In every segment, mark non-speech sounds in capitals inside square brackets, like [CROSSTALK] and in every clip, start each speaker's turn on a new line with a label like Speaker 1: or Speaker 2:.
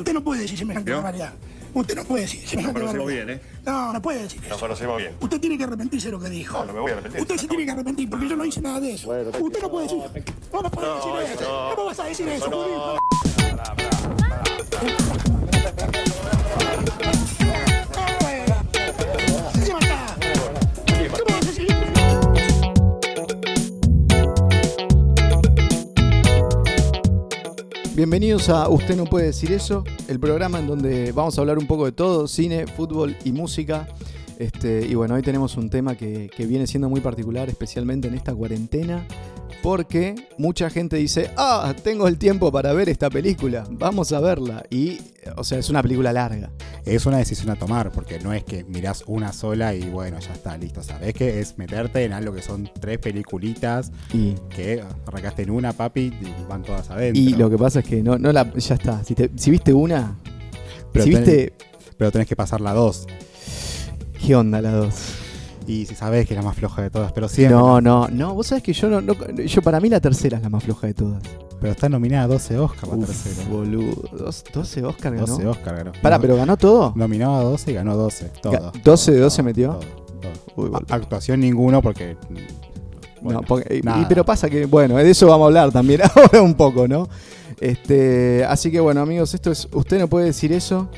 Speaker 1: Usted no puede decir semejante barbaridad. Usted no puede decir semejante
Speaker 2: conocemos
Speaker 1: barbaridad.
Speaker 2: bien, ¿eh?
Speaker 1: No, no puede decir eso.
Speaker 2: Nos conocemos bien.
Speaker 1: Usted tiene que arrepentirse de lo que dijo.
Speaker 2: No, no me voy a arrepentir.
Speaker 1: Usted se tiene que arrepentir porque yo no hice nada de eso. Usted no puede decir. No, no puede decir eso. ¿Cómo vas a decir eso, Julián? Bueno. Se mata. ¿Cómo vas a decir?
Speaker 3: Bienvenidos a Usted no puede decir eso, el programa en donde vamos a hablar un poco de todo, cine, fútbol y música. Este, y bueno, hoy tenemos un tema que, que viene siendo muy particular, especialmente en esta cuarentena, porque mucha gente dice, ah, tengo el tiempo para ver esta película, vamos a verla. Y, o sea, es una película larga.
Speaker 4: Es una decisión a tomar, porque no es que mirás una sola y bueno, ya está, listo. Sabes que es meterte en algo que son tres peliculitas
Speaker 3: Y,
Speaker 4: que arrancaste en una, papi, y van todas adentro.
Speaker 3: y lo que pasa es que no, no la, ya está, si, te- si viste una,
Speaker 4: Pero
Speaker 3: si
Speaker 4: ten-
Speaker 3: viste,
Speaker 4: Pero tenés que pasar la dos.
Speaker 3: ¿qué onda la dos?
Speaker 4: Y si sabes que es la más floja de todas, pero siempre.
Speaker 3: No, no, no, vos sabés que yo no, no- yo para mí la tercera es la más floja de todas.
Speaker 4: Pero está nominada a 12 Oscar la
Speaker 3: Uf,
Speaker 4: tercera.
Speaker 3: boludo. Dos- 12 Oscar ganó.
Speaker 4: 12 Oscar ganó.
Speaker 3: Pará,
Speaker 4: No-
Speaker 3: pero ganó todo.
Speaker 4: Nominado a 12 y ganó 12. Todo.
Speaker 3: Ga- 12 de 12 metió.
Speaker 4: Todo, todo.
Speaker 3: Uy, boludo.
Speaker 4: A- Actuación ninguno porque. mm, bueno,
Speaker 3: No, porque- y-
Speaker 4: nada.
Speaker 3: y- pero pasa que, bueno, de eso vamos a hablar también [LAUGHS] ahora un poco, ¿no? Este, así que bueno, amigos, esto es. Usted no puede decir eso.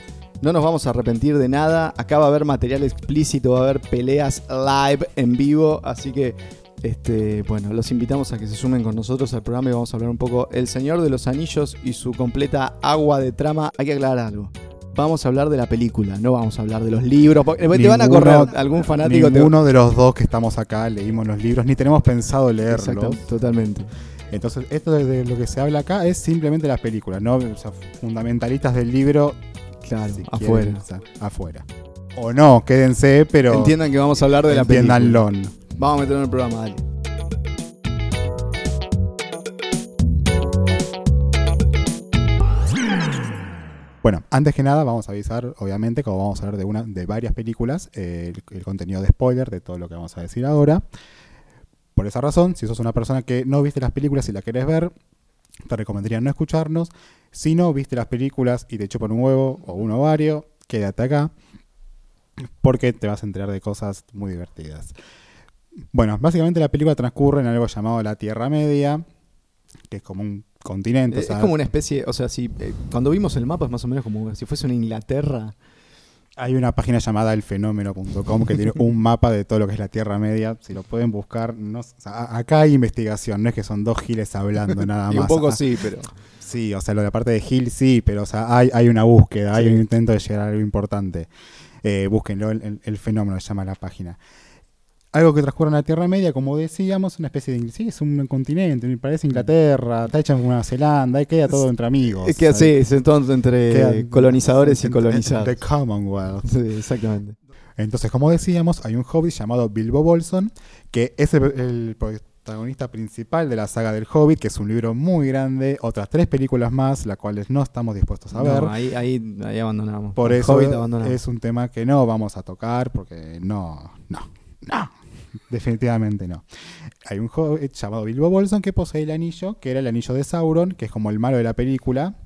Speaker 3: No nos vamos a arrepentir de nada. Acá va a haber material explícito, va a haber peleas live en vivo. Así que, este, bueno, los invitamos a que se sumen con nosotros al programa y vamos a hablar un poco. El Señor de los Anillos y su completa agua de trama. Hay que aclarar algo. Vamos a hablar de la película, no vamos a hablar de los libros. porque te van a
Speaker 4: Ninguno-
Speaker 3: correr algún fanático. te-
Speaker 4: Ninguno de los dos que estamos acá leímos los libros, ni tenemos pensado leerlos.
Speaker 3: Exacto, totalmente.
Speaker 4: Entonces, esto de, de lo que se habla acá es simplemente las películas, ¿no? O sea, fundamentalistas del libro.
Speaker 3: Claro,
Speaker 4: si quieren,
Speaker 3: afuera.
Speaker 4: o sea, afuera. O no, quédense, pero.
Speaker 3: Entiendan que vamos a hablar de la película.
Speaker 4: entiéndanlo.
Speaker 3: Vamos a meterlo en el programa, dale.
Speaker 4: Bueno, antes que nada vamos a avisar, obviamente, como vamos a hablar de una de varias películas, eh, el, el contenido de spoiler de todo lo que vamos a decir ahora. Por esa razón, si sos una persona que no viste las películas y la querés ver, te recomendaría no escucharnos. Si no viste las películas y te chupan un huevo o un ovario, quédate acá, porque te vas a enterar de cosas muy divertidas. Bueno, básicamente la película transcurre en algo llamado la Tierra Media, que es como un continente. o
Speaker 3: Eh, es
Speaker 4: sea,
Speaker 3: como una especie, o sea, si eh, cuando vimos el mapa es más o menos como si fuese una Inglaterra.
Speaker 4: Hay una página llamada elfenómeno.com que tiene un mapa de todo lo que es la Tierra Media. Si lo pueden buscar, no, s- o sea, a- acá hay investigación, no es que son dos giles hablando nada
Speaker 3: [LAUGHS]
Speaker 4: más.
Speaker 3: y un poco
Speaker 4: Ah,
Speaker 3: sí, pero
Speaker 4: Sí, o sea, lo de la parte de Gil sí, pero o sea, hay, hay una búsqueda, hay
Speaker 3: Sí.
Speaker 4: un intento de llegar a algo importante. Eh, búsquenlo, el, el- el fenómeno se llama la página. Algo que transcurre en la Tierra Media, como decíamos, una especie de... Sí, es un continente, me parece Inglaterra, está hecha en Nueva Zelanda, ahí queda todo entre amigos.
Speaker 3: es que así
Speaker 4: ¿sabes?
Speaker 3: es entonces entre
Speaker 4: Quedan-
Speaker 3: eh, colonizadores y
Speaker 4: entre-
Speaker 3: colonizados.
Speaker 4: The Commonwealth.
Speaker 3: [LAUGHS] Sí, exactamente.
Speaker 4: Entonces, como decíamos, hay un hobbit llamado Bilbo Bolson, que es el, el protagonista principal de la saga del hobbit, que es un libro muy grande, otras tres películas más, las cuales no estamos dispuestos a
Speaker 3: No,
Speaker 4: ver.
Speaker 3: ahí, ahí, ahí abandonamos.
Speaker 4: Por
Speaker 3: Al
Speaker 4: eso
Speaker 3: Hobbit abandonamos.
Speaker 4: es un tema que no vamos a tocar, porque no, no, no. [LAUGHS] Definitivamente no. Hay un hobbit llamado Bilbo Bolson que posee el anillo, que era el anillo de Sauron, que es como el malo de la película.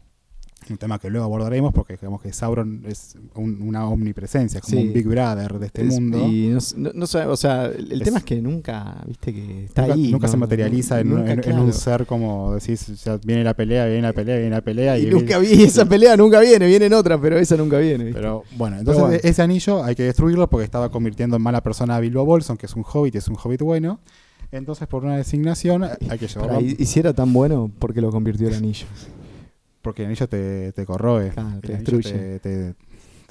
Speaker 4: Un tema que luego abordaremos porque creemos que Sauron es un- una omnipresencia, como
Speaker 3: Sí.
Speaker 4: un Big Brother de este
Speaker 3: Es-
Speaker 4: mundo.
Speaker 3: Y no, s- no- no sabe- o sea, el el
Speaker 4: Es-
Speaker 3: tema es que nunca, viste que está
Speaker 4: nunca,
Speaker 3: ahí.
Speaker 4: nunca
Speaker 3: no,
Speaker 4: se
Speaker 3: no,
Speaker 4: materializa en, un-
Speaker 3: nunca,
Speaker 4: en- en
Speaker 3: claro.
Speaker 4: un ser como decís, o sea, viene la pelea, viene la pelea, viene la pelea.
Speaker 3: Y nunca vi esa pelea, nunca viene, vienen otras, pero esa nunca viene. ¿viste?
Speaker 4: Pero bueno,
Speaker 3: Pero
Speaker 4: entonces e-,
Speaker 3: bueno.
Speaker 4: ese anillo hay que destruirlo porque estaba convirtiendo en mala persona a Bilbo Bolson, que es un hobbit, es un hobbit bueno. Entonces por una designación hay que
Speaker 3: Pará,
Speaker 4: llevarlo
Speaker 3: y, y si era tan bueno, ¿por qué lo convirtió el anillo?
Speaker 4: porque el anillo te, te corroe,
Speaker 3: Claro, te
Speaker 4: el anillo
Speaker 3: destruye.
Speaker 4: te, te,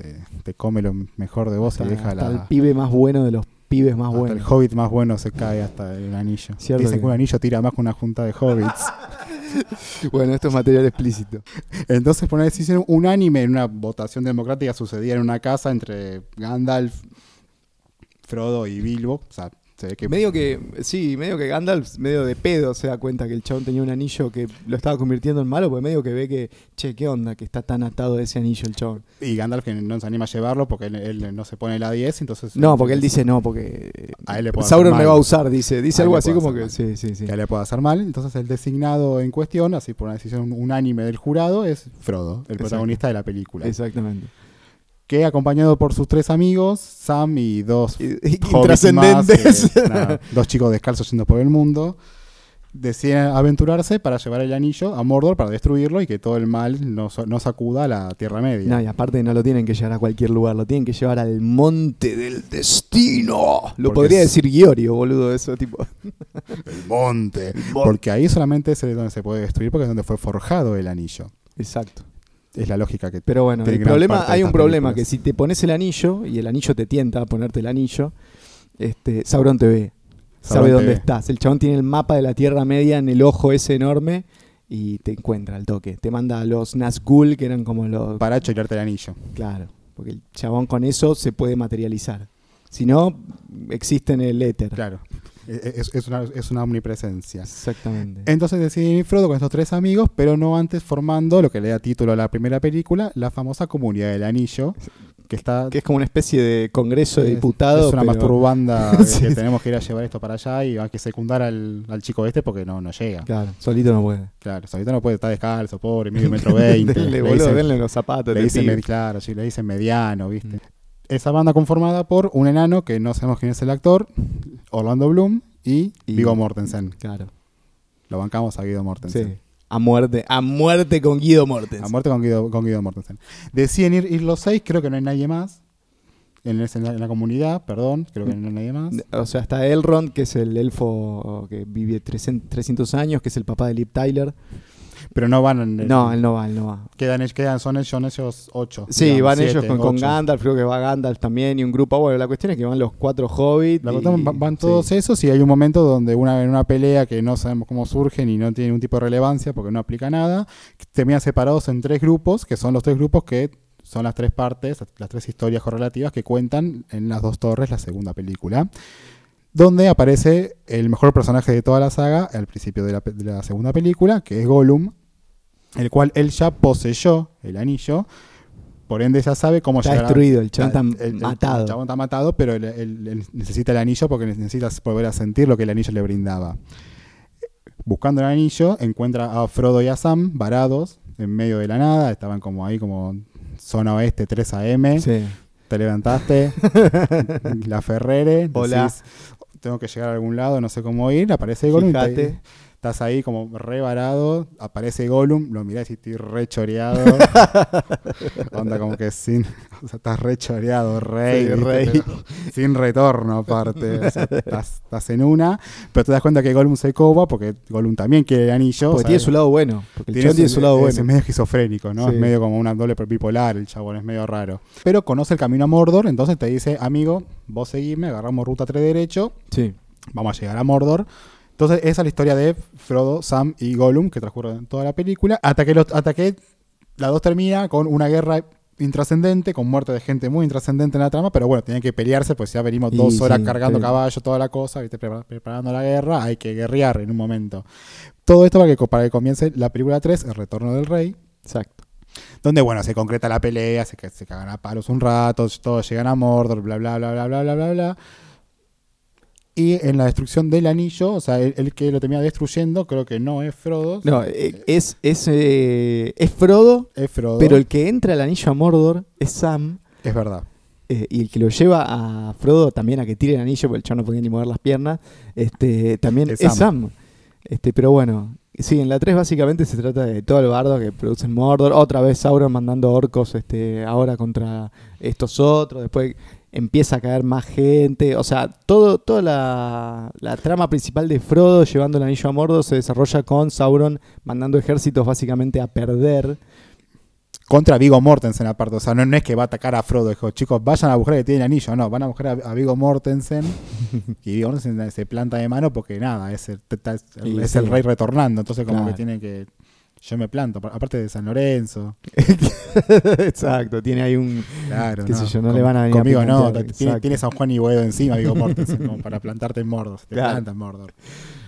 Speaker 4: te- te come lo mejor de vos
Speaker 3: hasta,
Speaker 4: y deja
Speaker 3: hasta
Speaker 4: la,
Speaker 3: el pibe más bueno de los pibes más
Speaker 4: hasta
Speaker 3: buenos.
Speaker 4: el hobbit más bueno se cae hasta el anillo.
Speaker 3: Cierto
Speaker 4: Dicen
Speaker 3: que-
Speaker 4: que un anillo tira más que una junta de hobbits.
Speaker 3: Bueno, esto es material explícito.
Speaker 4: Entonces, por una decisión unánime en una votación democrática sucedía en una casa entre Gandalf, Frodo y Bilbo. O sea, Se ve que
Speaker 3: Medio que, sí, medio que Gandalf, medio de pedo, se da cuenta que el chabón tenía un anillo que lo estaba convirtiendo en malo, porque medio que ve que, che, ¿qué onda? Que está tan atado de ese anillo el chabón.
Speaker 4: Y Gandalf que no se anima a llevarlo porque él, él no se pone la 10, entonces...
Speaker 3: No, porque él dice no, porque
Speaker 4: A él le puede
Speaker 3: Sauron
Speaker 4: hacer
Speaker 3: me va
Speaker 4: mal.
Speaker 3: a usar, dice. Dice
Speaker 4: A él
Speaker 3: algo
Speaker 4: le
Speaker 3: así
Speaker 4: puede
Speaker 3: como que,
Speaker 4: hacer mal.
Speaker 3: sí, sí, sí.
Speaker 4: que le puede hacer mal. Entonces el designado en cuestión, así por una decisión unánime del jurado, es Frodo, el
Speaker 3: Exacto.
Speaker 4: protagonista de la película.
Speaker 3: Exactamente.
Speaker 4: Que acompañado por sus tres amigos, Sam y dos
Speaker 3: Y- y-
Speaker 4: hobbits
Speaker 3: Intrascendentes.
Speaker 4: más, que, nada, dos chicos descalzos yendo por el mundo, deciden aventurarse para llevar el anillo a Mordor para destruirlo y que todo el mal no, so- no sacuda a la Tierra Media.
Speaker 3: No, y aparte no lo tienen que llevar a cualquier lugar, lo tienen que llevar al monte del destino. Lo
Speaker 4: Porque
Speaker 3: podría
Speaker 4: es-
Speaker 3: decir Giorio, boludo, eso tipo.
Speaker 4: El monte. Porque ahí solamente es donde se puede destruir porque es donde fue forjado el anillo.
Speaker 3: Exacto.
Speaker 4: Es la lógica que
Speaker 3: Pero bueno,
Speaker 4: tiene
Speaker 3: el
Speaker 4: gran
Speaker 3: problema,
Speaker 4: parte de
Speaker 3: hay un
Speaker 4: estas
Speaker 3: problema, que
Speaker 4: películas.
Speaker 3: si te pones el anillo, y el anillo te tienta a ponerte el anillo, este, Sauron te ve, sabe
Speaker 4: Sauron te
Speaker 3: dónde
Speaker 4: ve.
Speaker 3: estás. El chabón tiene el mapa de la Tierra Media en el ojo ese enorme y te encuentra al toque. Te manda a los Nazgûl, que eran como los...
Speaker 4: Para chorearte el anillo.
Speaker 3: Claro, porque el chabón con eso se puede materializar. Si no, existe en el éter.
Speaker 4: Claro. E, Es, es una, es una omnipresencia.
Speaker 3: Exactamente.
Speaker 4: Entonces decide ir Frodo con estos tres amigos, pero no antes formando lo que le da título a la primera película, la famosa Comunidad del Anillo, que está...
Speaker 3: que es como una especie de congreso de
Speaker 4: es-
Speaker 3: diputados.
Speaker 4: Es una
Speaker 3: pero- [LAUGHS]
Speaker 4: masturbanda que-
Speaker 3: Sí,
Speaker 4: que
Speaker 3: sí.
Speaker 4: tenemos que ir a llevar esto para allá y hay que secundar al, al chico este porque no, no llega. Claro,
Speaker 3: Claro, solito no puede.
Speaker 4: o sea, ahorita no puede estar descalzo, pobre, medio
Speaker 3: [LAUGHS]
Speaker 4: metro veinte.
Speaker 3: denle,
Speaker 4: le
Speaker 3: boludo,
Speaker 4: dicen-
Speaker 3: denle los zapatos.
Speaker 4: le
Speaker 3: este
Speaker 4: dicen
Speaker 3: pibe.
Speaker 4: med- claro, sí, le dicen mediano, ¿viste?
Speaker 3: Mm.
Speaker 4: Esa banda conformada por un enano que no sabemos quién es el actor, Orlando Bloom y,
Speaker 3: Y-
Speaker 4: Vigo Mortensen.
Speaker 3: Claro.
Speaker 4: Lo bancamos a Guido Mortensen.
Speaker 3: Sí. A muerte, a muerte con Guido Mortensen.
Speaker 4: A muerte con Guido, con Guido Mortensen. Deciden ir, ir los seis, creo que no hay nadie más. En, ese- en la, en la comunidad, perdón, creo que no hay nadie más.
Speaker 3: O sea, está Elrond, que es el elfo que vive 300 300 años, que es el papá de Lip Tyler.
Speaker 4: Pero no van. en-
Speaker 3: No, él no va, él no va.
Speaker 4: Quedan, quedan, son, ellos- son ellos ocho.
Speaker 3: Sí,
Speaker 4: digamos,
Speaker 3: van
Speaker 4: siete,
Speaker 3: ellos con, con
Speaker 4: ocho.
Speaker 3: Gandalf, creo que va Gandalf también y un grupo. Bueno, la cuestión es que van los cuatro hobbits.
Speaker 4: La verdad,
Speaker 3: y-
Speaker 4: van, van todos
Speaker 3: sí.
Speaker 4: esos y hay un momento donde una, en una pelea que no sabemos cómo surgen y no tiene ningún tipo de relevancia porque no aplica nada, terminan separados en tres grupos, que son los tres grupos que son las tres partes, las tres historias correlativas que cuentan en Las Dos Torres, la segunda película, donde aparece el mejor personaje de toda la saga al principio de la, pe- de la segunda película, que es Gollum, el cual él ya poseyó el anillo. Por ende ya sabe cómo
Speaker 3: Está
Speaker 4: llegar a-
Speaker 3: destruido, el chabón está
Speaker 4: el- el-
Speaker 3: matado.
Speaker 4: el chabón está matado, pero él, él- él necesita el anillo porque necesita volver a sentir lo que el anillo le brindaba. Buscando el anillo, encuentra a Frodo y a Sam varados en medio de la nada. Estaban como ahí, como zona oeste, 3 AM.
Speaker 3: Sí. [LAUGHS]
Speaker 4: Te levantaste, la Ferrere.
Speaker 3: Hola.
Speaker 4: decís, tengo que llegar a algún lado, no sé cómo ir. Aparece Gollum. y te-
Speaker 3: Fíjate.
Speaker 4: Estás ahí como re varado, aparece Gollum, lo mirás y estoy
Speaker 3: [LAUGHS]
Speaker 4: re choreado. Onda como que sin. O sea, estás re choreado, rey.
Speaker 3: Sí,
Speaker 4: ¿viste?
Speaker 3: rey.
Speaker 4: Pero Sin retorno, aparte. O sea,
Speaker 3: [LAUGHS]
Speaker 4: estás, estás en una, pero te das cuenta que Gollum se coba porque Gollum también quiere el anillo.
Speaker 3: Porque
Speaker 4: o sea,
Speaker 3: tiene su lado bueno. Porque el chabón tiene su lado
Speaker 4: es
Speaker 3: bueno.
Speaker 4: medio esquizofrénico, ¿no?
Speaker 3: Sí.
Speaker 4: Es medio como una doble bipolar el chabón, es medio raro. Pero conoce el camino a Mordor, entonces te dice, amigo, vos seguime, agarramos ruta 3 derecho,
Speaker 3: Sí.
Speaker 4: vamos a llegar a Mordor. Entonces, esa es la historia de Frodo, Sam y Gollum que transcurre en toda la película. Hasta que, los, hasta que la dos termina con una guerra intrascendente, con muerte de gente muy intrascendente en la trama, pero bueno, tenían que pelearse, pues ya venimos
Speaker 3: Y
Speaker 4: dos
Speaker 3: sí,
Speaker 4: horas cargando
Speaker 3: sí.
Speaker 4: caballo, toda la cosa, ¿viste? Prepara- preparando la guerra, hay que guerrear en un momento. Todo esto para que, co- para que comience la película 3, El Retorno del Rey,
Speaker 3: Exacto.
Speaker 4: donde, bueno, se concreta la pelea, se, ca- se cagan a palos un rato, todos llegan a Mordor, bla, bla, bla, bla, bla, bla, bla, bla. Y en la destrucción del anillo, o sea, el, el que lo termina destruyendo, creo que no es Frodo.
Speaker 3: No, eh, es, es, eh, es Frodo,
Speaker 4: es Frodo.
Speaker 3: pero el que entra al anillo a Mordor es Sam.
Speaker 4: Es verdad.
Speaker 3: eh, y el que lo lleva a Frodo también a que tire el anillo, porque el chavo no podía ni mover las piernas, este, también es
Speaker 4: Es
Speaker 3: Sam.
Speaker 4: Sam.
Speaker 3: Este, pero bueno, sí, en la 3 básicamente se trata de todo el bardo que produce Mordor, otra vez Sauron mandando orcos este, ahora contra estos otros, después empieza a caer más gente, o sea, todo, toda la, la trama principal de Frodo llevando el anillo a Mordor se desarrolla con Sauron mandando ejércitos básicamente a perder. [LAUGHS]
Speaker 4: Contra Vigo Mortensen, aparte. O sea, no, no es que va a atacar a Frodo. Dijo, chicos, vayan a buscar que tiene el anillo. No, van a buscar a,
Speaker 3: [LAUGHS]
Speaker 4: Vigo Mortensen. y Vigo Mortensen se planta de mano porque nada, es el, t- t- es el-
Speaker 3: Y
Speaker 4: es
Speaker 3: sí.
Speaker 4: el rey retornando. Entonces, como
Speaker 3: Claro.
Speaker 4: que tiene que yo me planto, por- aparte de San Lorenzo.
Speaker 3: Exacto, tiene ahí un.
Speaker 4: Claro,
Speaker 3: Qué
Speaker 4: no,
Speaker 3: sé yo, no le van a venir a
Speaker 4: Conmigo no,
Speaker 3: pimentear,
Speaker 4: tiene,
Speaker 3: exacto.
Speaker 4: tiene San Juan y Boedo encima, digo Mortensen, como para plantarte en Mordor. se Te
Speaker 3: Claro.
Speaker 4: planta en Mordor.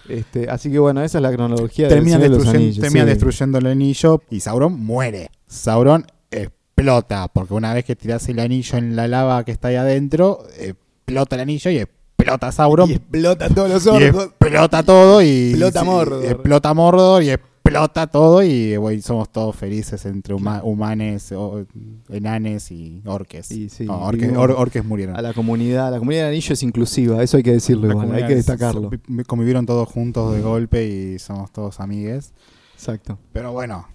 Speaker 3: Este, así que bueno, esa es la cronología
Speaker 4: Terminan,
Speaker 3: del Señor de los
Speaker 4: destruyen-
Speaker 3: Anillos,
Speaker 4: terminan
Speaker 3: sí.
Speaker 4: destruyendo el anillo y Sauron muere. Sauron explota, porque una vez que tiras el anillo en la lava que está ahí adentro, explota el anillo y explota Sauron.
Speaker 3: Y
Speaker 4: Y,
Speaker 3: explota todos los orcos.
Speaker 4: explota todo y.
Speaker 3: Explota
Speaker 4: y-
Speaker 3: Mordor.
Speaker 4: Explota Mordor y explota todo y bueno, y somos todos felices entre huma- humanes, o- enanes y orques.
Speaker 3: Y sí,
Speaker 4: No, orques,
Speaker 3: vivimos-
Speaker 4: or- orques murieron.
Speaker 3: A la comunidad, la comunidad del anillo es inclusiva, eso hay que decirlo
Speaker 4: La
Speaker 3: igual, hay
Speaker 4: comunidad
Speaker 3: que
Speaker 4: es-
Speaker 3: destacarlo. Mm.
Speaker 4: vi- Convivieron todos juntos de golpe y somos todos amigues.
Speaker 3: Exacto.
Speaker 4: Pero bueno,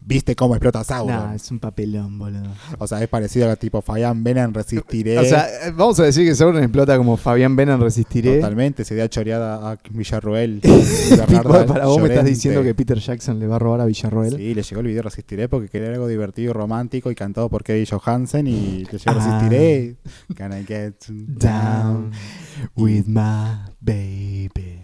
Speaker 4: viste cómo explota Sauron.
Speaker 3: Nah, es un papelón, boludo.
Speaker 4: O sea, es parecido a tipo Fabián Benan Resistiré.
Speaker 3: O sea, eh, vamos a decir que Sauron explota como Fabián Benan resistiré. [LAUGHS]
Speaker 4: totalmente, se da choreada a Villarroel.
Speaker 3: Tipo,
Speaker 4: Leonardo
Speaker 3: para vos me estás
Speaker 4: Llorente.
Speaker 3: diciendo que Peter Jackson le va a robar a Villarroel.
Speaker 4: Sí, le llegó el video Resistiré porque quería algo divertido y romántico y cantado por Kevin Johansen y le llegó
Speaker 3: Ah.
Speaker 4: Resistiré. Can I get
Speaker 3: Down
Speaker 4: down?
Speaker 3: with my baby.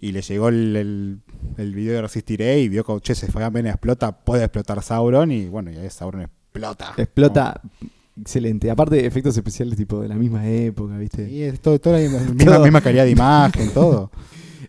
Speaker 4: Y le llegó el, el, el video de Resistiré y vio que, che, si Fabián Benan explota, puede explotar Sauron y bueno, y ahí Sauron explota.
Speaker 3: Explota. Excelente. Aparte, efectos especiales tipo de la misma época, ¿viste?
Speaker 4: Y es todo, todo
Speaker 3: [LAUGHS]
Speaker 4: la misma, misma- misma calidad de imagen, todo.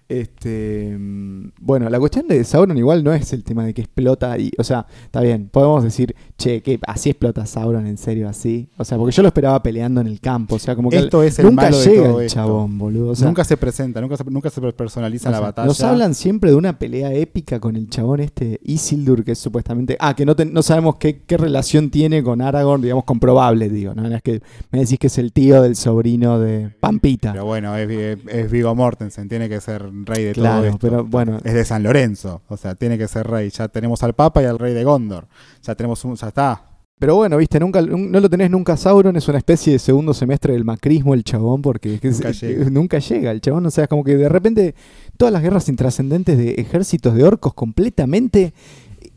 Speaker 3: Este, mm, bueno, la cuestión de Sauron igual no es el tema de que explota y, o sea, está bien, podemos decir, che, que así explota Sauron en serio así, o sea, porque yo lo esperaba peleando en el campo, o sea, como que
Speaker 4: Esto
Speaker 3: el-
Speaker 4: es el
Speaker 3: nunca
Speaker 4: malo de
Speaker 3: llega
Speaker 4: todo
Speaker 3: el
Speaker 4: esto.
Speaker 3: chabón, boludo, [LAUGHS] o sea,
Speaker 4: nunca se presenta, nunca se, nunca se personaliza
Speaker 3: o
Speaker 4: la
Speaker 3: sea,
Speaker 4: batalla.
Speaker 3: Nos hablan siempre de una pelea épica con el chabón este Isildur, que es supuestamente. Ah, que no, ten- no sabemos qué, qué relación tiene con Aragorn, digamos, comprobable, digo. ¿no? Es que me decís que es el tío del sobrino de Pampita.
Speaker 4: Pero bueno, es, es, Vigo Mortensen, tiene que ser rey de todo
Speaker 3: claro,
Speaker 4: esto.
Speaker 3: pero bueno,
Speaker 4: Es de San Lorenzo, o sea, tiene que ser rey. Ya tenemos al Papa y al rey de Gondor. Ya tenemos un, ya está.
Speaker 3: Pero bueno, viste, nunca, nun- no lo tenés nunca a Sauron, es una especie de segundo semestre del macrismo el chabón, porque es que es-
Speaker 4: Nunca
Speaker 3: nunca,
Speaker 4: llega.
Speaker 3: llega. el chabón, o sea, es como que de repente todas las guerras intrascendentes de ejércitos de orcos completamente,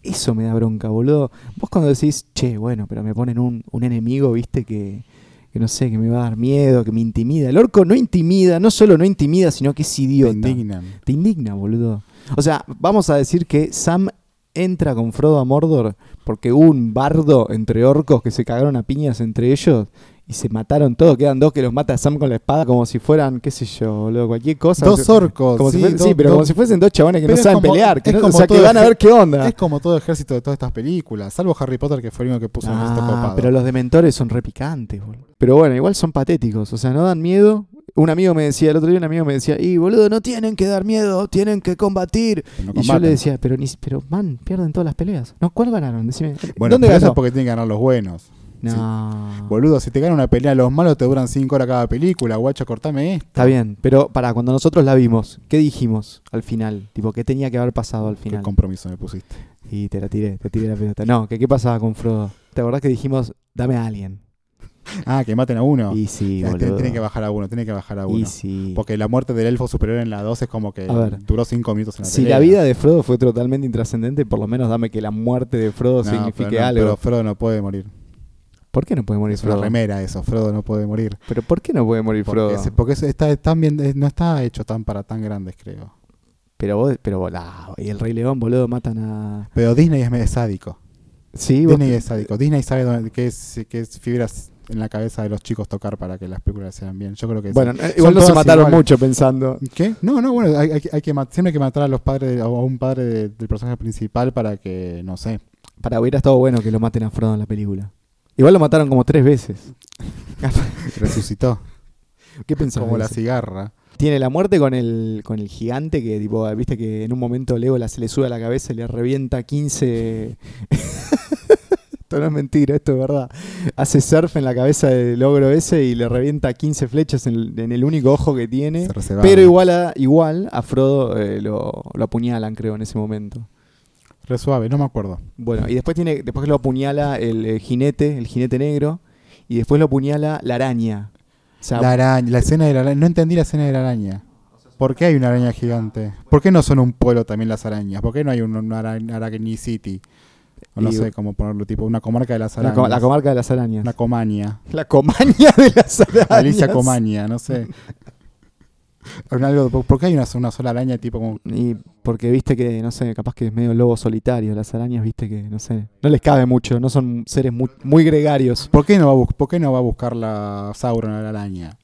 Speaker 3: eso me da bronca, boludo. Vos cuando decís, che, bueno, pero me ponen un, un enemigo, viste, que, que no sé, que me va a dar miedo, que me intimida. El orco no intimida, no solo no intimida, sino que es
Speaker 4: Te
Speaker 3: idiota.
Speaker 4: indignan.
Speaker 3: Te indigna, boludo. O sea, vamos a decir que Sam entra con Frodo a Mordor porque hubo un bardo entre orcos que se cagaron a piñas entre ellos y se mataron todos. Quedan dos que los mata Sam con la espada como si fueran, qué sé yo, boludo, cualquier cosa.
Speaker 4: Dos orcos.
Speaker 3: Como si
Speaker 4: sí,
Speaker 3: fuese-
Speaker 4: dos-
Speaker 3: sí, pero
Speaker 4: dos-
Speaker 3: como si fuesen dos chabones que
Speaker 4: Pero
Speaker 3: no
Speaker 4: es
Speaker 3: saben
Speaker 4: como-
Speaker 3: pelear. Que
Speaker 4: es
Speaker 3: no- o
Speaker 4: como
Speaker 3: sea, que
Speaker 4: todo
Speaker 3: van a
Speaker 4: eje-
Speaker 3: ver qué onda.
Speaker 4: Es como todo ejército de todas estas películas, salvo Harry Potter, que fue el único que puso un
Speaker 3: Ah,
Speaker 4: ejército copado.
Speaker 3: pero los dementores son repicantes, boludo. Pero bueno, igual son patéticos, o sea, no dan miedo. Un amigo me decía, el otro día un amigo me decía, y boludo, no tienen que dar miedo, tienen que combatir.
Speaker 4: que no
Speaker 3: Y yo
Speaker 4: combaten.
Speaker 3: le decía, pero, ni, pero man, pierden todas las peleas. No, ¿Cuál ganaron? Decime.
Speaker 4: bueno,
Speaker 3: ¿Dónde
Speaker 4: pero eso
Speaker 3: ganó?
Speaker 4: es porque tienen que ganar los buenos.
Speaker 3: No.
Speaker 4: Boludo, si te gana una pelea, los malos te duran 5 horas cada película, guacho, cortame esto.
Speaker 3: Está bien, pero para cuando nosotros la vimos, ¿qué dijimos al final? Tipo, ¿qué tenía que haber pasado al
Speaker 4: Qué
Speaker 3: final?
Speaker 4: compromiso me pusiste.
Speaker 3: Y te la tiré, te tiré la pelota. No, que qué pasaba con Frodo. ¿Te acordás que dijimos, dame a alguien?
Speaker 4: Ah, que maten a uno.
Speaker 3: Y sí,
Speaker 4: Ah, tiene-
Speaker 3: boludo.
Speaker 4: tiene que bajar a uno, tiene que bajar a
Speaker 3: y
Speaker 4: uno.
Speaker 3: sí.
Speaker 4: Porque la muerte del elfo superior en la 2 es como que
Speaker 3: A ver.
Speaker 4: duró 5 minutos en la
Speaker 3: Si
Speaker 4: pelea.
Speaker 3: la vida de Frodo fue totalmente intrascendente, por lo menos dame que la muerte de Frodo
Speaker 4: No,
Speaker 3: signifique
Speaker 4: pero no,
Speaker 3: algo.
Speaker 4: Pero Frodo no puede morir.
Speaker 3: ¿Por qué no puede morir
Speaker 4: Es una
Speaker 3: Frodo?
Speaker 4: remera eso, Frodo no puede morir.
Speaker 3: ¿Pero por qué no puede morir Frodo?
Speaker 4: Porque, es- porque es- está, tan bien, eh, no está hecho tan para tan grandes, creo.
Speaker 3: Pero vos, pero vos, la- y el Rey León, boludo, matan a...
Speaker 4: Pero Disney es medio sádico.
Speaker 3: Sí, vos-
Speaker 4: Disney es sádico. Disney sabe dónde- qué es, qué es fibras en la cabeza de los chicos tocar para que las películas sean bien. Yo creo que
Speaker 3: Bueno,
Speaker 4: sí.
Speaker 3: eh, igual
Speaker 4: Son
Speaker 3: no se
Speaker 4: todas
Speaker 3: mataron
Speaker 4: iguales.
Speaker 3: mucho pensando.
Speaker 4: ¿Qué? No, no, bueno, hay, hay que- hay que mat- siempre hay que matar a los padres de- a un padre de- del personaje principal para que, no sé,
Speaker 3: Para hubiera estado bueno que lo maten a Frodo en la película. Igual lo mataron como tres veces.
Speaker 4: resucitó.
Speaker 3: [LAUGHS] ¿Qué pensás?
Speaker 4: como
Speaker 3: de
Speaker 4: la
Speaker 3: eso?
Speaker 4: cigarra.
Speaker 3: Tiene la muerte con el, con el gigante que, tipo, viste que en un momento Legolas se le sube a la cabeza y le revienta 15. [LAUGHS] esto no es mentira, esto es verdad. Hace surf en la cabeza del ogro ese y le revienta 15 flechas en el, en el único ojo que tiene.
Speaker 4: Se reservaba.
Speaker 3: Pero igual a, igual a Frodo eh, lo, lo apuñalan, creo, en ese momento.
Speaker 4: Re suave, no me acuerdo.
Speaker 3: Bueno, y después tiene, después lo apuñala el, eh, jinete, el jinete negro, y después lo apuñala la araña. O sea,
Speaker 4: La araña, la escena de la araña. No entendí la escena de la araña. ¿Por qué hay una araña gigante? ¿Por qué no son un pueblo también las arañas? ¿Por qué no hay un, un ara- Aracni City? O no
Speaker 3: Y-
Speaker 4: sé cómo ponerlo, tipo una comarca de las
Speaker 3: la,
Speaker 4: arañas.
Speaker 3: co- la comarca de las arañas. [LAUGHS]
Speaker 4: Una comania.
Speaker 3: La comaña de las arañas.
Speaker 4: [LAUGHS] Alicia Comania, no sé. Con algo- ¿Por por qué hay una, una sola araña tipo como...
Speaker 3: Y porque viste que, no sé, capaz que es medio lobo solitario. Las arañas, viste que, no sé, no les cabe mucho. No son seres muy, muy gregarios.
Speaker 4: ¿Por qué no va a, bus- por qué no va a buscar la Sauron a la araña?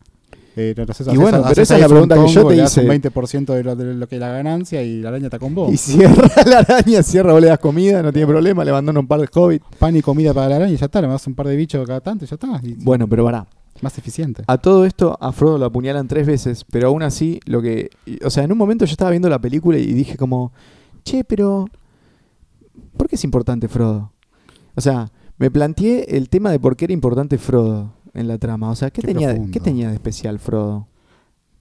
Speaker 4: Eh, no, no sé,
Speaker 3: Y
Speaker 4: haces-
Speaker 3: bueno, pero
Speaker 4: haces
Speaker 3: esa es
Speaker 4: ahí
Speaker 3: la pregunta
Speaker 4: un
Speaker 3: que yo
Speaker 4: tongo,
Speaker 3: te
Speaker 4: le das
Speaker 3: hice.
Speaker 4: Un 20% de lo, de lo que es la ganancia y la araña está con vos.
Speaker 3: Y cierra [LAUGHS] la araña, cierra, vos le das comida, no tiene problema, le mandan un par de hobbits.
Speaker 4: Pan y comida para la araña y ya está, le das un par de bichos cada tanto y ya está. Y-
Speaker 3: Bueno, pero pará.
Speaker 4: Más eficiente.
Speaker 3: A todo esto, a Frodo lo apuñalan tres veces, pero aún así, lo que. y- O sea, en un momento yo estaba viendo la película y dije como. Che, pero. ¿Por qué es importante Frodo? O sea, me planteé el tema de por qué era importante Frodo en la trama. O sea, ¿qué,
Speaker 4: Qué
Speaker 3: tenía, de,
Speaker 4: profundo.
Speaker 3: ¿qué tenía de especial Frodo?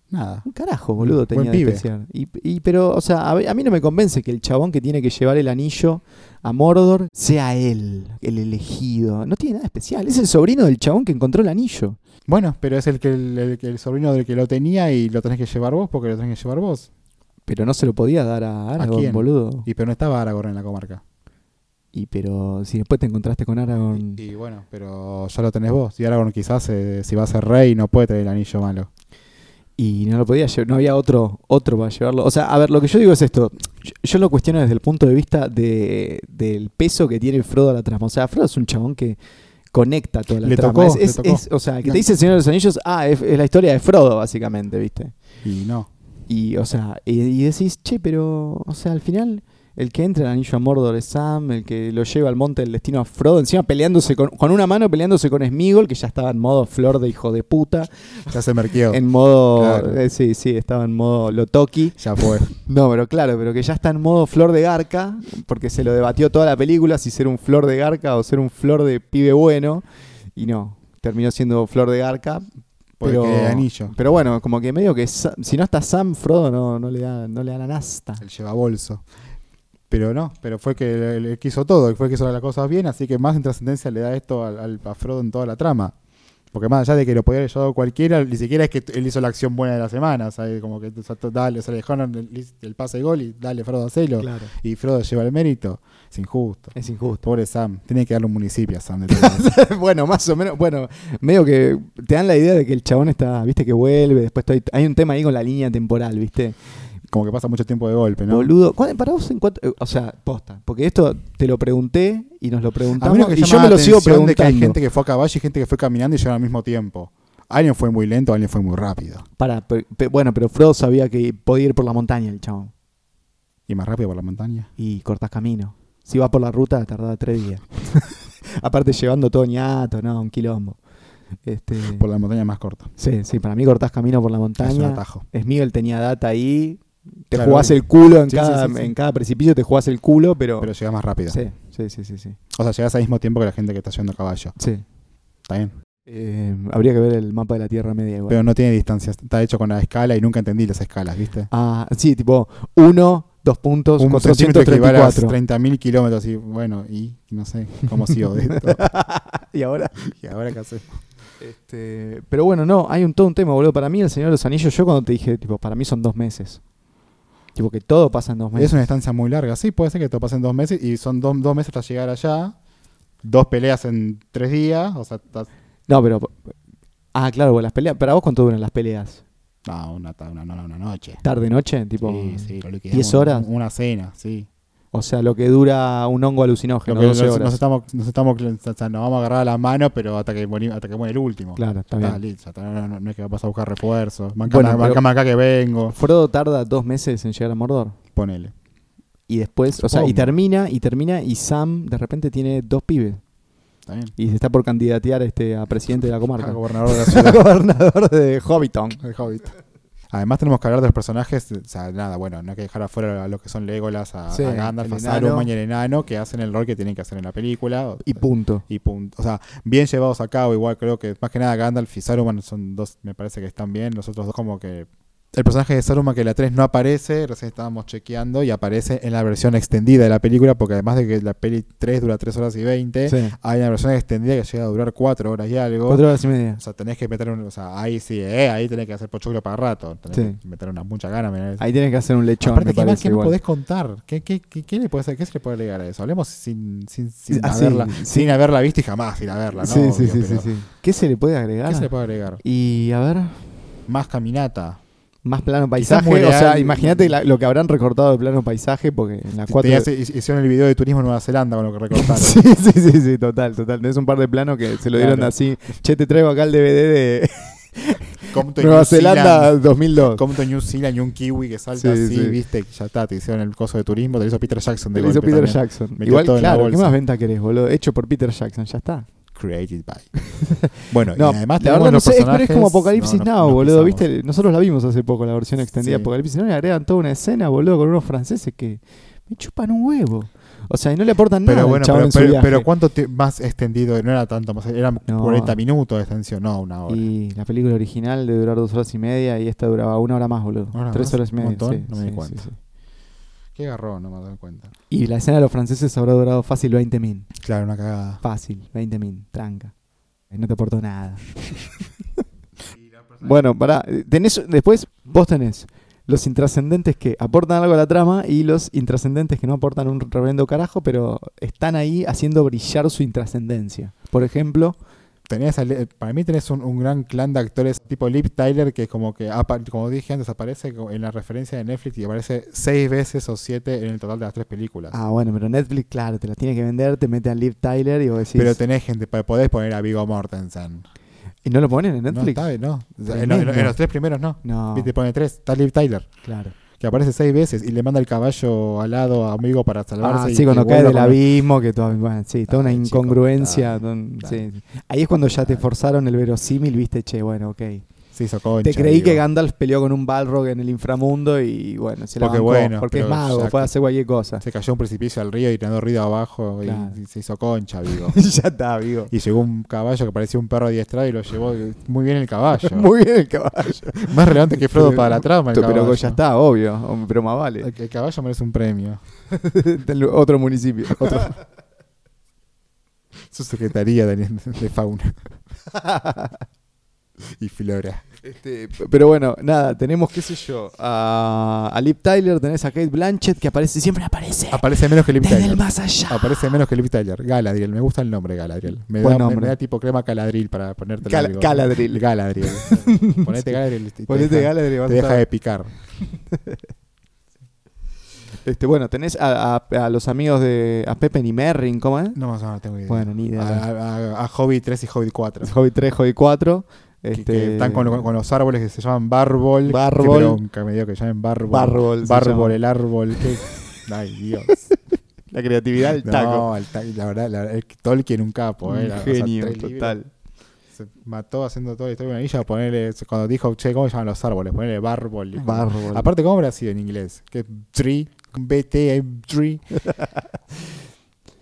Speaker 4: Nada.
Speaker 3: Un carajo, boludo, tenía
Speaker 4: Buen
Speaker 3: de
Speaker 4: pibe.
Speaker 3: especial. Y, y- pero, o sea, a, ve- a mí no me convence que el chabón que tiene que llevar el anillo a Mordor sea él, el elegido. No tiene nada especial. Es el sobrino del chabón que encontró el anillo.
Speaker 4: Bueno, pero es el que el, el- el sobrino del que lo tenía y lo tenés que llevar vos porque lo tenés que llevar vos.
Speaker 3: Pero no se lo podía dar a Aragorn,
Speaker 4: quién?
Speaker 3: boludo.
Speaker 4: Y pero no estaba Aragorn en la comarca.
Speaker 3: Y pero si después te encontraste con Aragorn.
Speaker 4: Y bueno, pero ya lo tenés vos. Y Aragorn quizás eh, si va a ser rey no puede tener el anillo malo.
Speaker 3: Y no lo podía llevar, no había otro, otro para llevarlo. O sea, a ver, lo que yo digo es esto. Yo, yo lo cuestiono desde el punto de vista de, del peso que tiene Frodo a la trama. O sea, Frodo es un chabón que conecta toda la
Speaker 4: Le
Speaker 3: trama.
Speaker 4: tocó,
Speaker 3: Es- es-
Speaker 4: le tocó.
Speaker 3: es- o sea, el que te dice el Señor de los Anillos, ah, es, es la historia de Frodo, básicamente, ¿viste?
Speaker 4: Y no.
Speaker 3: Y, o sea, y, y decís, che, pero, o sea, al final, el que entra al anillo a Mordor es Sam, el que lo lleva al monte del destino a Frodo, encima peleándose con, con una mano, peleándose con Smigol, que ya estaba en modo flor de hijo de puta,
Speaker 4: Ya se
Speaker 3: [LAUGHS]
Speaker 4: merqueó.
Speaker 3: en modo,
Speaker 4: Claro.
Speaker 3: eh, sí, sí, estaba en modo Lotoki.
Speaker 4: Ya fue.
Speaker 3: No, pero claro, pero que ya está en modo flor de garca, porque se lo debatió toda la película si ser un flor de garca o ser un flor de pibe bueno, y no, terminó siendo flor de garca.
Speaker 4: Porque
Speaker 3: Pero,
Speaker 4: anillo.
Speaker 3: pero bueno, como que medio que Sa- si no está Sam, Frodo no, no le da, no le dan nasta.
Speaker 4: Él lleva bolso. Pero no, pero fue que él, él quiso todo, y fue que hizo las cosas bien, así que más intrascendencia le da esto al, al- a Frodo en toda la trama. Porque más allá de que lo podía haber llevado cualquiera, ni siquiera es que t- él hizo la acción buena de la semana. O sea, es como que o sea, to- dale, se le dejaron el, el pase de gol y dale, Frodo, hacelo.
Speaker 3: Claro.
Speaker 4: Y Frodo lleva el mérito. Es injusto.
Speaker 3: Es injusto. [LAUGHS]
Speaker 4: Pobre Sam. Tiene que darle un municipio a Sam. de todo eso.
Speaker 3: bueno, más o menos, bueno, medio que te dan la idea de que el chabón está, viste, que vuelve, después hay, hay un tema ahí con la línea temporal, viste.
Speaker 4: como que pasa mucho tiempo de golpe, ¿no?
Speaker 3: Boludo, ¿cuál- para vos en cuánto, eh, o sea, posta, porque esto te lo pregunté y nos lo
Speaker 4: A mí
Speaker 3: preguntamos
Speaker 4: lo que
Speaker 3: y
Speaker 4: llama
Speaker 3: yo me
Speaker 4: la
Speaker 3: lo sigo
Speaker 4: atención de que
Speaker 3: preguntando.
Speaker 4: hay gente que fue a caballo y gente que fue caminando y llegaron al mismo tiempo. Alguien fue muy lento, alguien fue muy rápido.
Speaker 3: Para, pe- pe- bueno, pero Frodo sabía que podía ir por la montaña el chabón
Speaker 4: Y más rápido por la montaña.
Speaker 3: y cortás camino. Si vas por la ruta tardaba tres días. [LAUGHS] Aparte llevando todo ñato, no, un quilombo. Este,
Speaker 4: Por la montaña más corta.
Speaker 3: sí, sí, para mí cortás camino por la montaña.
Speaker 4: Es un atajo.
Speaker 3: Smigel tenía data ahí. Te
Speaker 4: Claro,
Speaker 3: jugás
Speaker 4: y-
Speaker 3: el culo en,
Speaker 4: sí,
Speaker 3: cada,
Speaker 4: sí, sí, sí.
Speaker 3: en cada precipicio, te jugás el culo, pero.
Speaker 4: Pero llegas más rápido.
Speaker 3: sí, sí, sí, sí. sí.
Speaker 4: O sea, llegas al mismo tiempo que la gente que está yendo a caballo.
Speaker 3: sí.
Speaker 4: Está bien.
Speaker 3: Eh, habría que ver el mapa de la Tierra Media igual.
Speaker 4: Pero no tiene distancias. Está hecho con la escala y nunca entendí las escalas, ¿viste?
Speaker 3: Ah, sí, tipo 1, 2 puntos,
Speaker 4: Un centímetro equivale a
Speaker 3: 434.
Speaker 4: 30.000 kilómetros. Y bueno, y no sé cómo sigo de [LAUGHS] esto.
Speaker 3: [LAUGHS] y ahora.
Speaker 4: ¿Y ahora qué haces?
Speaker 3: Este, pero bueno, no, hay un todo un tema, boludo. Para mí, el Señor de los Anillos, yo cuando te dije, tipo, para mí son dos meses. Tipo, que todo pasa en dos meses.
Speaker 4: Es una distancia muy larga. Sí, puede ser que esto pase en dos meses. Y son dos, dos meses hasta llegar allá. Dos peleas en tres días. O sea, estás.
Speaker 3: No, pero. Ah, claro, bueno, las peleas. ¿Para vos cuánto duran las peleas?
Speaker 4: No, una, ta- una, una, una noche.
Speaker 3: ¿Tarde, noche? Tipo,
Speaker 4: Sí, sí, lo liquidamos.
Speaker 3: 10 horas.
Speaker 4: Una cena, sí.
Speaker 3: O sea, lo que dura un hongo
Speaker 4: Lo
Speaker 3: alucinógeno,
Speaker 4: que
Speaker 3: 12
Speaker 4: nos,
Speaker 3: horas.
Speaker 4: nos estamos, nos estamos, o sea, nos vamos a agarrar a la mano, pero hasta que morimos, hasta que muere el último.
Speaker 3: Claro, está
Speaker 4: Está
Speaker 3: bien.
Speaker 4: listo, ya está, no, no- no es que vas a buscar refuerzos.
Speaker 3: Bueno,
Speaker 4: Mancame
Speaker 3: pero-
Speaker 4: acá que vengo.
Speaker 3: Frodo tarda dos meses en llegar a Mordor.
Speaker 4: Ponele.
Speaker 3: Y después, o sea, y
Speaker 4: Supongo.
Speaker 3: termina, y termina, y Sam de repente tiene dos pibes.
Speaker 4: Está bien.
Speaker 3: Y se está por candidatear este, a presidente de la
Speaker 4: Ah,
Speaker 3: comarca. [LAUGHS]
Speaker 4: gobernador de la
Speaker 3: A
Speaker 4: ciudad.
Speaker 3: gobernador de Hobbiton.
Speaker 4: El hobbit. Además tenemos que hablar de los personajes, o sea, nada, bueno, no hay que dejar afuera a lo que son Legolas, a,
Speaker 3: Sí,
Speaker 4: a Gandalf, a
Speaker 3: el
Speaker 4: Saruman
Speaker 3: enano.
Speaker 4: y el enano, que hacen el rol que tienen que hacer en la película. O-
Speaker 3: Y punto.
Speaker 4: y punto. O sea, bien llevados a cabo, igual creo que más que nada Gandalf y Saruman son dos, me parece que están bien, los otros dos como que... El personaje de Saruman que en la 3 no aparece, recién estábamos chequeando y aparece en la versión extendida de la película, porque además de que la peli 3 dura 3 horas y 20,
Speaker 3: Sí.
Speaker 4: hay una versión extendida que llega a durar 4 horas y algo.
Speaker 3: Cuatro horas y media.
Speaker 4: O sea, tenés que meter un, o sea, ahí sí, eh, ahí tenés que hacer pochoclo para rato, tenés
Speaker 3: Sí.
Speaker 4: que meter unas muchas ganas. mirá.
Speaker 3: Ahí tienes que hacer un lechón,
Speaker 4: Aparte,
Speaker 3: me
Speaker 4: ¿qué más
Speaker 3: parece.
Speaker 4: que no
Speaker 3: igual.
Speaker 4: podés contar? ¿Qué, qué, qué, qué le podés, qué se le puede agregar a eso? Hablemos sin, sin, sin,
Speaker 3: Así,
Speaker 4: haberla,
Speaker 3: Ah, sí.
Speaker 4: sin haberla visto y jamás sin haberla, ¿no?
Speaker 3: sí, sí,
Speaker 4: Obvio,
Speaker 3: sí,
Speaker 4: pero
Speaker 3: sí, sí. ¿Qué se le puede agregar?
Speaker 4: ¿Qué se le puede agregar?
Speaker 3: Y a ver,
Speaker 4: Más caminata.
Speaker 3: Más plano paisaje.
Speaker 4: muy
Speaker 3: O sea,
Speaker 4: real.
Speaker 3: imagínate la- lo que habrán recortado de plano paisaje, porque en las cuatro.
Speaker 4: Tenías-
Speaker 3: [LAUGHS]
Speaker 4: hicieron el video de turismo en Nueva Zelanda con lo que recortaron.
Speaker 3: Sí, sí, sí, sí, total, total. Tenés un par de planos que se lo dieron
Speaker 4: Claro.
Speaker 3: así. Che, te traigo acá el DVD de
Speaker 4: Compton y
Speaker 3: Nueva
Speaker 4: New
Speaker 3: Zelanda
Speaker 4: Zealand.
Speaker 3: 2002.
Speaker 4: Compton, New Zealand y un kiwi que salta
Speaker 3: Sí,
Speaker 4: así,
Speaker 3: sí.
Speaker 4: viste, que ya está, te hicieron el coso de turismo, te lo hizo Peter Jackson de
Speaker 3: Te lo hizo
Speaker 4: golpe
Speaker 3: Peter
Speaker 4: también.
Speaker 3: Jackson.
Speaker 4: Me quedó
Speaker 3: Igual,
Speaker 4: todo en la
Speaker 3: claro, ¿qué
Speaker 4: bolsa.
Speaker 3: más venta querés, boludo? Hecho por Peter Jackson, ya está.
Speaker 4: Created [LAUGHS] by. Bueno,
Speaker 3: No,
Speaker 4: y
Speaker 3: la
Speaker 4: además tenemos
Speaker 3: verdad no
Speaker 4: los
Speaker 3: sé, es- pero es
Speaker 4: personajes-
Speaker 3: como Apocalipsis
Speaker 4: no, no,
Speaker 3: Now,
Speaker 4: nos
Speaker 3: boludo,
Speaker 4: pasamos.
Speaker 3: ¿viste? Nosotros la vimos hace poco, la versión extendida de
Speaker 4: Sí.
Speaker 3: Apocalipsis Now, y agregan toda una escena, boludo, con unos franceses que me chupan un huevo. O sea, y no le aportan nada
Speaker 4: Pero
Speaker 3: al
Speaker 4: bueno,
Speaker 3: chabón
Speaker 4: pero,
Speaker 3: en su
Speaker 4: pero-
Speaker 3: viaje.
Speaker 4: pero ¿cuánto te- más extendido? No era tanto más, eran
Speaker 3: No.
Speaker 4: 40 minutos de extensión, no, una hora.
Speaker 3: Y la película original de durar dos horas y media y esta duraba una hora más, boludo.
Speaker 4: ¿Una hora
Speaker 3: Tres
Speaker 4: más?
Speaker 3: horas y
Speaker 4: Un
Speaker 3: media.
Speaker 4: montón,
Speaker 3: sí,
Speaker 4: no me di
Speaker 3: sí,
Speaker 4: cuenta.
Speaker 3: sí, sí.
Speaker 4: Qué garrón, no me doy cuenta.
Speaker 3: Y la escena de los franceses habrá durado fácil 20 min.
Speaker 4: Claro, una cagada.
Speaker 3: Fácil, 20 min, tranca. Eh, No te aportó nada.
Speaker 4: [LAUGHS]
Speaker 3: bueno, pará. eh, Tenés, después vos tenés los intrascendentes que aportan algo a la trama y los intrascendentes que no aportan un reverendo carajo, pero están ahí haciendo brillar su intrascendencia. Por ejemplo,
Speaker 4: Tenés al- eh, para mí tenés un, un gran clan de actores tipo Lip Tyler que como que apa- como dije antes aparece co- en la referencia de Netflix y aparece seis veces o siete en el total de las tres películas.
Speaker 3: ah, bueno, pero Netflix, claro, te la tiene que vender, te mete a Liv Tyler y vos decís.
Speaker 4: Pero tenés gente, pa- podés poner a Vigo Mortensen.
Speaker 3: ¿Y no lo ponen en
Speaker 4: No,
Speaker 3: Netflix?
Speaker 4: está bien, no. O sea, En,
Speaker 3: Tremendo.
Speaker 4: en- en los tres primeros no.
Speaker 3: No,
Speaker 4: Te pone tres, está Liv Tyler,
Speaker 3: claro.
Speaker 4: que aparece seis veces y le manda el caballo alado a amigo para salvarse.
Speaker 3: Ah,
Speaker 4: y
Speaker 3: sí, cuando
Speaker 4: que
Speaker 3: cae
Speaker 4: vuelva
Speaker 3: del
Speaker 4: con-
Speaker 3: abismo, que todo, bueno, sí, toda una
Speaker 4: Ay, chico,
Speaker 3: incongruencia.
Speaker 4: dale,
Speaker 3: don- sí,
Speaker 4: dale.
Speaker 3: sí. Ahí es cuando ya te
Speaker 4: Dale.
Speaker 3: forzaron el verosímil, viste, che, bueno, ok.
Speaker 4: Se hizo concha,
Speaker 3: te creí
Speaker 4: digo.
Speaker 3: que Gandalf peleó con un Balrog en el inframundo y bueno, se la
Speaker 4: Porque
Speaker 3: bancó,
Speaker 4: bueno,
Speaker 3: porque es
Speaker 4: pero
Speaker 3: mago,
Speaker 4: ya
Speaker 3: puede
Speaker 4: que-
Speaker 3: hacer cualquier cosa.
Speaker 4: Se cayó un precipicio al río y tirando río abajo y-
Speaker 3: Claro.
Speaker 4: y se hizo concha,
Speaker 3: [LAUGHS]
Speaker 4: Vigo.
Speaker 3: [LAUGHS] ya está, amigo.
Speaker 4: Y llegó un caballo que parecía un perro adiestrado y lo llevó muy bien el caballo.
Speaker 3: [LAUGHS] Muy bien el caballo.
Speaker 4: Más relevante
Speaker 3: [LAUGHS]
Speaker 4: que Frodo para la trama. El
Speaker 3: Pero
Speaker 4: caballo.
Speaker 3: ya está, obvio, hom- pero más vale.
Speaker 4: El, el caballo merece un premio.
Speaker 3: [LAUGHS] Del Otro municipio.
Speaker 4: [LAUGHS] Otro. Su secretaría de, de fauna. y flora.
Speaker 3: Este, p- pero bueno, nada, tenemos, qué sé yo, a, a Liv Tyler, tenés a Kate Blanchett que aparece, siempre aparece.
Speaker 4: Aparece menos que Liv
Speaker 3: desde el
Speaker 4: Tyler.
Speaker 3: más allá.
Speaker 4: Aparece menos que Liv Tyler. Galadriel. Me gusta el nombre Galadriel. Me,
Speaker 3: Buen
Speaker 4: da, me-
Speaker 3: nombre.
Speaker 4: me da tipo crema Caladril para ponerte
Speaker 3: Cal- Galadriel. [LAUGHS]
Speaker 4: Galadriel. Ponete Galadriel. y te
Speaker 3: Ponete
Speaker 4: deja-
Speaker 3: Galadriel, vas
Speaker 4: Te
Speaker 3: a
Speaker 4: deja
Speaker 3: estar-
Speaker 4: de picar.
Speaker 3: Este, bueno, tenés a, a- a los amigos de. a Pepe y Merrin, ¿cómo es?
Speaker 4: No, no, no tengo idea.
Speaker 3: Bueno, ni idea.
Speaker 4: A, a- a- a Hobbit 3 y Hobbit 4.
Speaker 3: Hobby 3, Hobby 4.
Speaker 4: Que-
Speaker 3: Este,
Speaker 4: que están con, con los árboles que se llaman Bárbol.
Speaker 3: Bárbol.
Speaker 4: Qué bronca me dio que llamen Bárbol.
Speaker 3: Bárbol se
Speaker 4: Bárbol,
Speaker 3: llama.
Speaker 4: el árbol. qué- [LAUGHS] Ay, Dios.
Speaker 3: la creatividad del taco.
Speaker 4: No, el ta- la verdad, la verdad, el Tolkien un capo. Eh,
Speaker 3: Un
Speaker 4: la- o sea,
Speaker 3: genio,
Speaker 4: tres libros.
Speaker 3: total.
Speaker 4: Se mató haciendo toda la historia de una villa. Ponerle, cuando dijo, che, ¿cómo se llaman los árboles? Ponerle Bárbol. dijo.
Speaker 3: Bárbol.
Speaker 4: Aparte, ¿cómo habrá sido en inglés? Que Tree, BT, eh,
Speaker 3: [LAUGHS]
Speaker 4: Tree.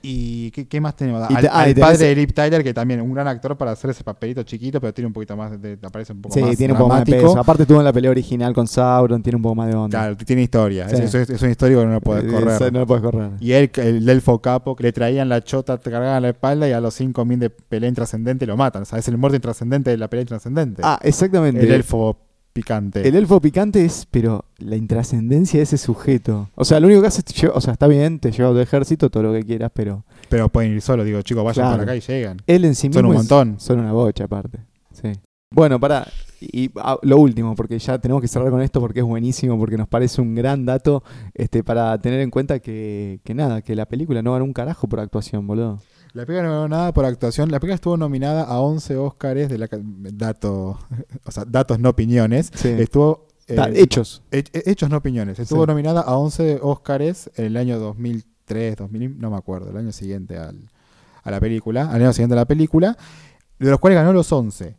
Speaker 4: ¿Y qué, qué más tenemos?
Speaker 3: Y
Speaker 4: Al,
Speaker 3: te- ah,
Speaker 4: al
Speaker 3: y tenés-
Speaker 4: padre de Lip Tyler, que también un gran actor para hacer ese papelito chiquito, pero tiene un poquito más, de, aparece un poco
Speaker 3: Sí,
Speaker 4: más
Speaker 3: tiene un poco más de
Speaker 4: dramático.
Speaker 3: peso. Aparte, estuvo en la pelea original con Sauron, tiene un poco más de onda.
Speaker 4: Claro, tiene historia.
Speaker 3: Sí.
Speaker 4: Es, es- es un histórico que no lo puedes
Speaker 3: Eh,
Speaker 4: correr.
Speaker 3: eso no lo puedes correr.
Speaker 4: Y él, el elfo capo, que le traían la chota, te cargaban la espalda y a los 5000 de pelea intrascendente lo matan. O sea, es el muerto intrascendente de la pelea intrascendente.
Speaker 3: Ah, exactamente.
Speaker 4: este, el elfo picante.
Speaker 3: El elfo picante es, pero la intrascendencia de ese sujeto. O sea, lo único que hace es, te lleva- o sea, está bien, te lleva a tu ejército, todo lo que quieras, pero
Speaker 4: Pero pueden ir solos, digo, chicos, vayan
Speaker 3: Claro.
Speaker 4: para acá y llegan.
Speaker 3: él en sí mismo
Speaker 4: Son un
Speaker 3: es-
Speaker 4: montón.
Speaker 3: Son una bocha aparte. Sí. Bueno, pará. Y ah, lo último, porque ya tenemos que cerrar con esto porque es buenísimo, porque nos parece un gran dato este, para tener en cuenta que, que nada, que la película no ganó un carajo por actuación, boludo.
Speaker 4: La película no ganó nada por actuación. La película estuvo nominada a 11 Óscares de la ca- dato, [LAUGHS] o sea, datos no opiniones.
Speaker 3: Sí.
Speaker 4: Estuvo eh,
Speaker 3: Está- hechos.
Speaker 4: he- he- hechos no opiniones. Estuvo
Speaker 3: Sí.
Speaker 4: nominada a 11 Óscares en el año 2003, 2000, no me acuerdo, el año siguiente al- a la película, al año siguiente a la película, de los cuales ganó los 11.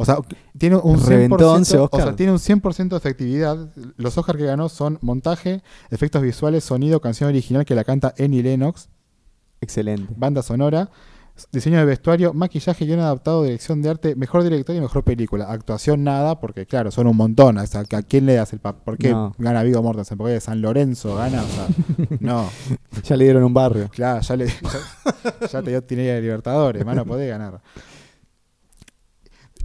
Speaker 4: O sea, tiene un
Speaker 3: Reventó 11
Speaker 4: o sea,
Speaker 3: Óscar.
Speaker 4: tiene un 100% de efectividad. Los Oscars que ganó son montaje, efectos visuales, sonido, canción original que la canta Annie Lennox,
Speaker 3: Excelente.
Speaker 4: banda sonora, diseño de vestuario, maquillaje, guión adaptado, dirección de arte, mejor director y mejor película. Actuación nada, porque claro, son un montón. O sea, ¿A quién le das el papel? ¿Por qué
Speaker 3: No.
Speaker 4: gana Vigo Mortensen? ¿Por qué San Lorenzo gana?
Speaker 3: [LAUGHS]
Speaker 4: O sea, no,
Speaker 3: Ya le dieron un barrio.
Speaker 4: claro, ya, le, ya, ya te dio Tinelli de Libertadores, mano, podés ganar.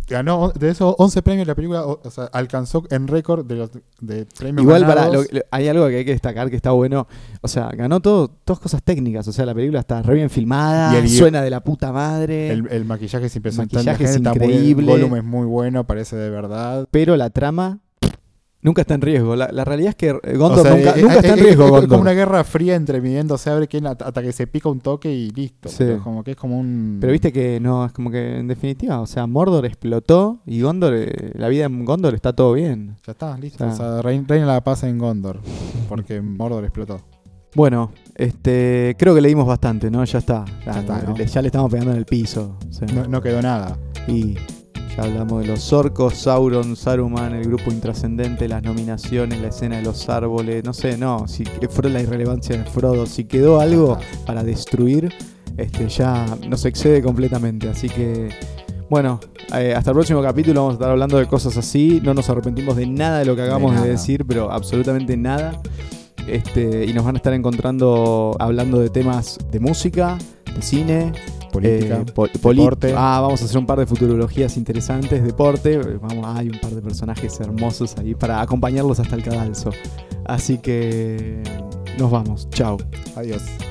Speaker 4: Ganó, on- de esos 11 premios la película o, o sea, alcanzó en récord de los de premios
Speaker 3: Igual
Speaker 4: ganados.
Speaker 3: para, hay algo que hay que destacar que está bueno. O sea, ganó todo, todas cosas técnicas. O sea, la película está re bien filmada,
Speaker 4: Y el guio-
Speaker 3: suena de la puta madre.
Speaker 4: el, el maquillaje es impresionante,
Speaker 3: Maquillaje
Speaker 4: la
Speaker 3: es
Speaker 4: gente está muy-
Speaker 3: increíble.
Speaker 4: el volumen es muy bueno, parece de verdad.
Speaker 3: pero la trama Nunca está en riesgo. La, la realidad es que eh, Gondor
Speaker 4: O sea,
Speaker 3: nunca,
Speaker 4: eh,
Speaker 3: nunca
Speaker 4: eh,
Speaker 3: está en
Speaker 4: eh,
Speaker 3: riesgo.
Speaker 4: Es,
Speaker 3: Gondor.
Speaker 4: como una guerra fría entre midiéndose a ver quién at- hasta que se pica un toque y listo.
Speaker 3: Sí.
Speaker 4: Es como que es como un.
Speaker 3: Pero viste que no, es como que en definitiva, o sea, Mordor explotó y Gondor, eh, la vida en Gondor está todo bien.
Speaker 4: Ya está, listo.
Speaker 3: Ya.
Speaker 4: O sea, rein- reina la paz en Gondor. Porque Mordor explotó.
Speaker 3: Bueno, este, creo que leímos bastante, ¿no? Ya está. Ya,
Speaker 4: Ya está, ¿no?
Speaker 3: le, ya le estamos pegando en el piso. o sea,
Speaker 4: No, no quedó nada.
Speaker 3: Y ya hablamos de los orcos, Sauron, Saruman, el grupo intrascendente, las nominaciones, la escena de los árboles, no sé, no, si fue la irrelevancia de Frodo, si quedó algo para destruir, este, ya nos excede completamente. Así que, bueno, eh, hasta el próximo capítulo vamos a estar hablando de cosas así. No nos arrepentimos de nada de lo que acabamos de,
Speaker 4: nada.
Speaker 3: decir, pero absolutamente nada. Este, y nos van a estar encontrando hablando de temas de música, de cine,
Speaker 4: Política.
Speaker 3: eh, pol- poli-
Speaker 4: deporte.
Speaker 3: Ah, vamos a hacer un par de futurologías interesantes, deporte. Vamos, hay un par de personajes hermosos ahí para acompañarlos hasta el cadalso. Así que nos vamos. Chao.
Speaker 4: Adiós.